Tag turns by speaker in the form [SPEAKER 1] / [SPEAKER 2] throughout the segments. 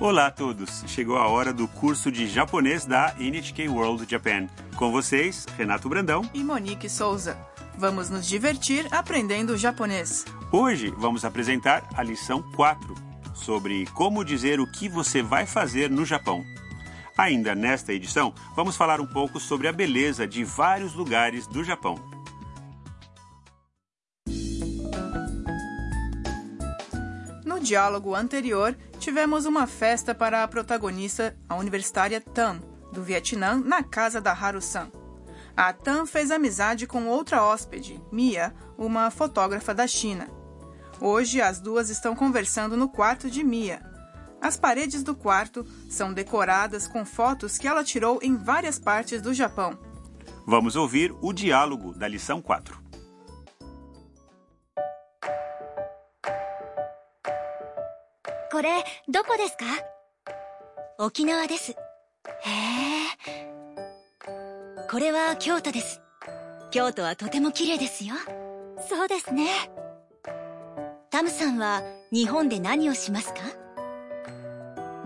[SPEAKER 1] Olá a todos! Chegou a hora do curso de japonês da NHK World Japan. Com vocês, Renato Brandão.
[SPEAKER 2] e Monique Souza. Vamos nos divertir aprendendo japonês.
[SPEAKER 1] Hoje vamos apresentar a lição 4 sobre como dizer o que você vai fazer no Japão. Ainda nesta edição, vamos falar um pouco sobre a beleza de vários lugares do Japão.
[SPEAKER 2] No diálogo anterior, tivemos uma festa para a protagonista, a universitária Tam, do Vietnã, na casa da Haru-san. A Tam fez amizade com outra hóspede, Mia, uma fotógrafa da China. Hoje, as duas estão conversando no quarto de Mia. As paredes do quarto são decoradas com fotos que ela tirou em várias partes do Japão.
[SPEAKER 1] Vamos ouvir o diálogo da lição 4.
[SPEAKER 3] これどこですか沖縄ですへえこれは京都です京都はとても綺麗ですよそうですねタムさんは日本で何をしますか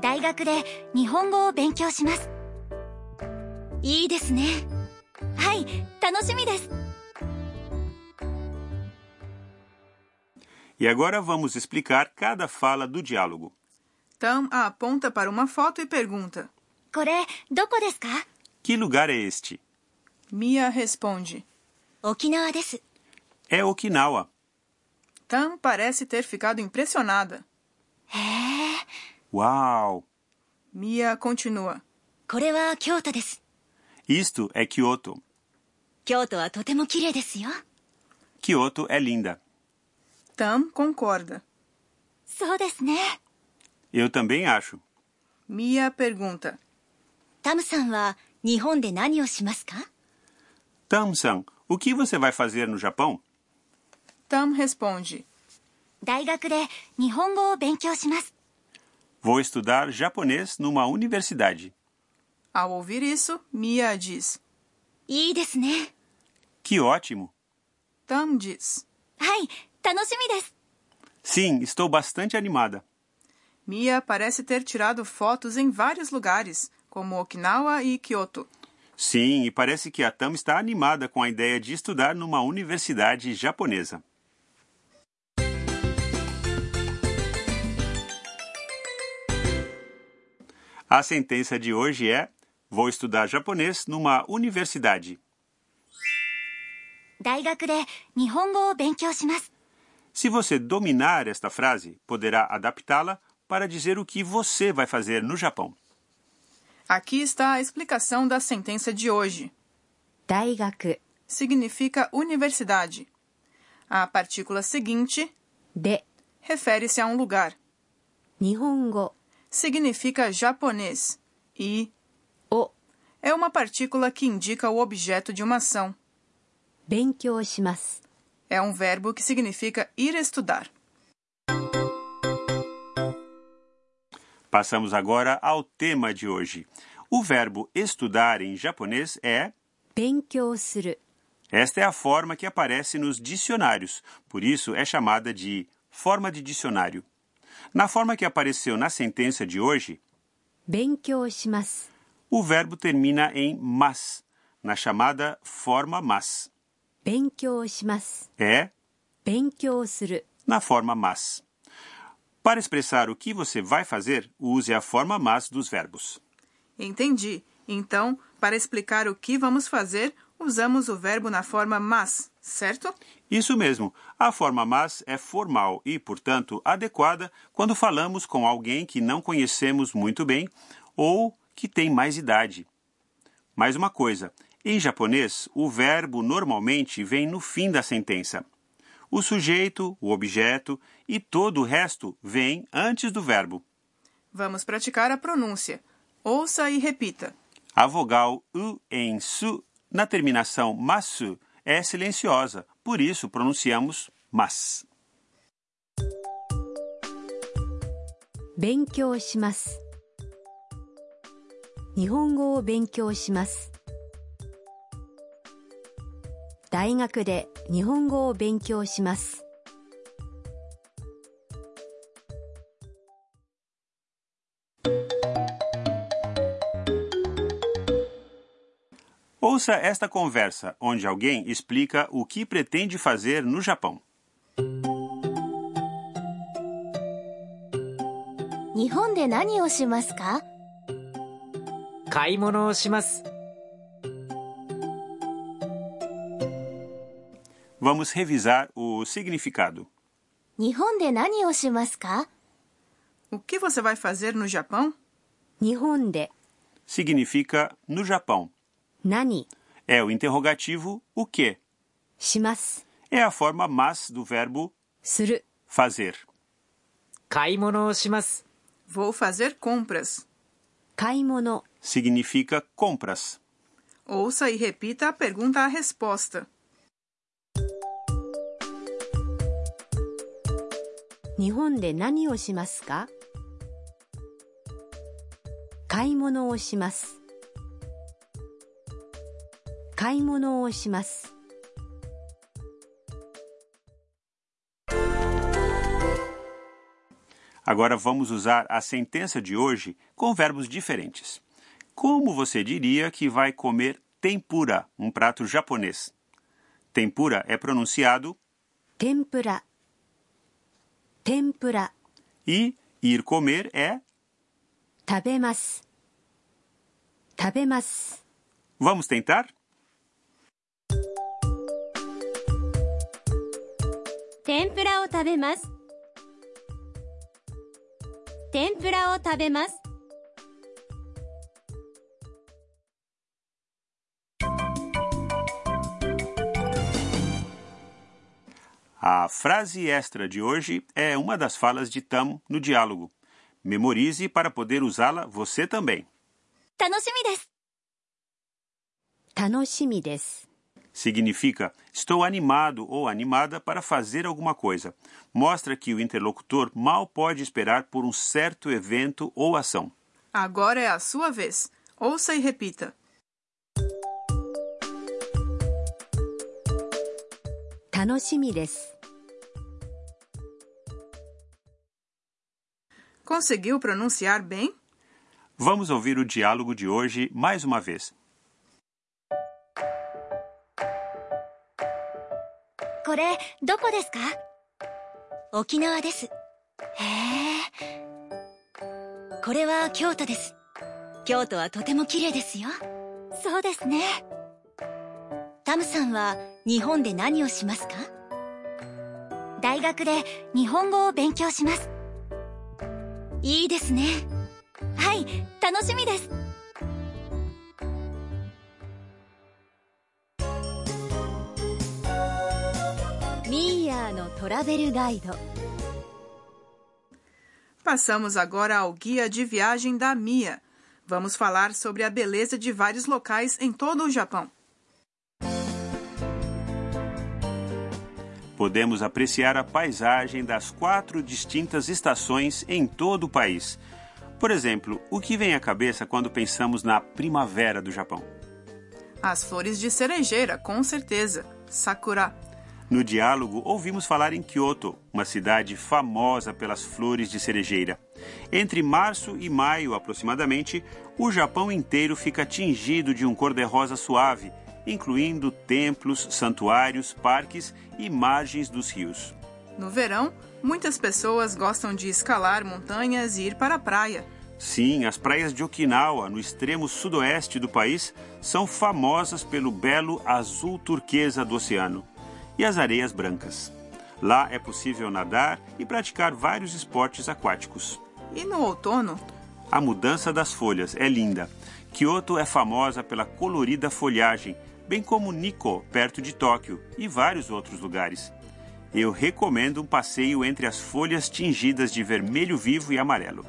[SPEAKER 3] 大学で日本語を勉強しますいいですねはい楽しみです
[SPEAKER 1] E agora vamos explicar cada fala do diálogo.
[SPEAKER 2] Tam a aponta para uma foto e pergunta.
[SPEAKER 3] これどこですか
[SPEAKER 1] Que lugar é este?
[SPEAKER 2] Mia responde.
[SPEAKER 3] 沖縄です
[SPEAKER 1] É Okinawa.
[SPEAKER 2] Tam parece ter ficado impressionada.
[SPEAKER 1] Uau!
[SPEAKER 2] Mia continua.
[SPEAKER 3] これは京都です
[SPEAKER 1] Isto é Kyoto.
[SPEAKER 3] 京都はとても綺麗ですよ
[SPEAKER 1] Kyoto é linda.
[SPEAKER 2] Tam concorda.
[SPEAKER 3] そうですね
[SPEAKER 1] Eu também acho.
[SPEAKER 2] Mia pergunta.
[SPEAKER 3] タムさんは日本で何をしますか
[SPEAKER 1] Tamsan, o que você vai fazer no Japão?
[SPEAKER 2] Tam responde.
[SPEAKER 3] 大学で日本語を勉強します
[SPEAKER 1] Vou estudar japonês numa universidade.
[SPEAKER 2] Ao ouvir isso, Mia diz.
[SPEAKER 3] いいですね
[SPEAKER 1] Que ótimo!
[SPEAKER 2] Tam diz.
[SPEAKER 3] はい楽しみです
[SPEAKER 1] Sim, estou bastante animada.
[SPEAKER 2] Mia parece ter tirado fotos em vários lugares, como Okinawa e Kyoto.
[SPEAKER 1] Sim, e parece que a Tam está animada com a ideia de estudar numa universidade japonesa. A sentença de hoje é: Vou estudar japonês numa universidade.
[SPEAKER 3] 大学で日本語を勉強します
[SPEAKER 1] Se você dominar esta frase, poderá adaptá-la para dizer o que você vai fazer no Japão.
[SPEAKER 2] Aqui está a explicação da sentença de hoje.
[SPEAKER 3] 大学
[SPEAKER 2] Significa universidade. A partícula seguinte
[SPEAKER 3] で
[SPEAKER 2] refere-se a um lugar.
[SPEAKER 3] 日本語
[SPEAKER 2] Significa japonês. E
[SPEAKER 3] を
[SPEAKER 2] é uma partícula que indica o objeto de uma ação.
[SPEAKER 3] 勉強します
[SPEAKER 2] É um verbo que significa ir estudar.
[SPEAKER 1] Passamos agora ao tema de hoje. O verbo estudar em japonês é
[SPEAKER 3] 勉強する
[SPEAKER 1] Esta é a forma que aparece nos dicionários, por isso é chamada de forma de dicionário. Na forma que apareceu na sentença de hoje,
[SPEAKER 3] 勉強します
[SPEAKER 1] o verbo termina em mas, na chamada forma mas.
[SPEAKER 3] 勉強します
[SPEAKER 1] É
[SPEAKER 3] 勉強する
[SPEAKER 1] na forma mas. Para expressar o que você vai fazer, use a forma mas dos verbos.
[SPEAKER 2] Entendi. Então, para explicar o que vamos fazer, usamos o verbo na forma mas, certo?
[SPEAKER 1] Isso mesmo, a forma mas é formal e, portanto, adequada quando falamos com alguém que não conhecemos muito bem ou que tem mais idade. Mais uma coisa: em japonês, o verbo normalmente vem no fim da sentença. O sujeito, o objeto e todo o resto vem antes do verbo.
[SPEAKER 2] Vamos praticar a pronúncia. Ouça e repita.
[SPEAKER 1] A vogal u em su na terminação masu é silenciosa, por isso pronunciamos mas.
[SPEAKER 3] 勉強します日本語を勉強します大学で日本語を勉強します
[SPEAKER 1] Ouça esta conversa, onde alguém explica o que pretende fazer no Japão.
[SPEAKER 4] 日本で何をしますか
[SPEAKER 5] 買い物をします
[SPEAKER 1] Vamos revisar o significado.
[SPEAKER 4] 日本で何をしますか
[SPEAKER 2] O que você vai fazer no Japão?
[SPEAKER 6] 日本で
[SPEAKER 1] Significa no Japão.
[SPEAKER 6] 何
[SPEAKER 1] É o interrogativo o que.
[SPEAKER 6] します
[SPEAKER 1] É a forma mas do verbo
[SPEAKER 6] する
[SPEAKER 1] fazer.
[SPEAKER 5] 買い物をします
[SPEAKER 2] Vou fazer compras.
[SPEAKER 6] 買い物
[SPEAKER 1] Significa compras.
[SPEAKER 2] Ouça e repita a pergunta à resposta.
[SPEAKER 6] 日本で何をしますか買い物をします買い物をします
[SPEAKER 1] Agora vamos usar a sentença de hoje com verbos diferentes. Como você diria que vai comer tempura, um prato japonês? Tempura é pronunciado
[SPEAKER 6] 天ぷら天ぷら
[SPEAKER 1] e ir comer é
[SPEAKER 6] 食べます食べます
[SPEAKER 1] vamos tentar?
[SPEAKER 4] 天ぷらを食べます天ぷらを食べます
[SPEAKER 1] A frase extra de hoje é uma das falas de Tam no diálogo. Memorize para poder usá-la você também.
[SPEAKER 4] 楽しみです
[SPEAKER 6] 楽しみです
[SPEAKER 1] Significa estou animado ou animada para fazer alguma coisa. Mostra que o interlocutor mal pode esperar por um certo evento ou ação.
[SPEAKER 2] Agora é a sua vez. Ouça e repita.
[SPEAKER 6] 楽しみです
[SPEAKER 2] Conseguiu pronunciar bem?
[SPEAKER 1] Vamos ouvir o diálogo de hoje mais uma vez.
[SPEAKER 3] これどこですか沖縄ですへえこれは京都です京都はとても綺麗ですよそうですねタムさんは日本で何をしますか大学で日本語を勉強しますいいですねはい楽しみです
[SPEAKER 6] ミーヤーのトラベルガイド
[SPEAKER 2] Passamos agora ao guia de viagem da Mia. Vamos falar sobre a beleza de vários locais em todo o Japão.
[SPEAKER 1] Podemos apreciar a paisagem das quatro distintas estações em todo o país. Por exemplo, o que vem à cabeça quando pensamos na primavera do Japão?
[SPEAKER 2] As flores de cerejeira, com certeza. Sakura.
[SPEAKER 1] No diálogo, ouvimos falar em Kyoto, uma cidade famosa pelas flores de cerejeira. Entre março e maio, aproximadamente, o Japão inteiro fica tingido de um cor-de-rosa suave, incluindo templos, santuários, parques e margens dos rios.
[SPEAKER 2] No verão, muitas pessoas gostam de escalar montanhas e ir para a praia.
[SPEAKER 1] Sim, as praias de Okinawa, no extremo sudoeste do país, são famosas pelo belo azul turquesa do oceano e as areias brancas. Lá é possível nadar e praticar vários esportes aquáticos.
[SPEAKER 2] E no outono,
[SPEAKER 1] A mudança das folhas é linda. Kyoto é famosa pela colorida folhagem, bem como Nikko, perto de Tóquio, e vários outros lugares. Eu recomendo um passeio entre as folhas tingidas de vermelho vivo e amarelo.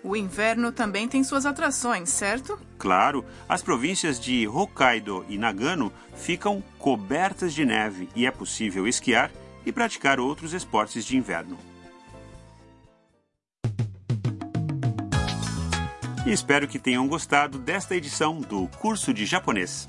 [SPEAKER 2] o inverno também tem suas atrações, certo?
[SPEAKER 1] Claro, as províncias de Hokkaido e Nagano ficam cobertas de neve e é possível esquiar e praticar outros esportes de inverno. E espero que tenham gostado desta edição do curso de japonês.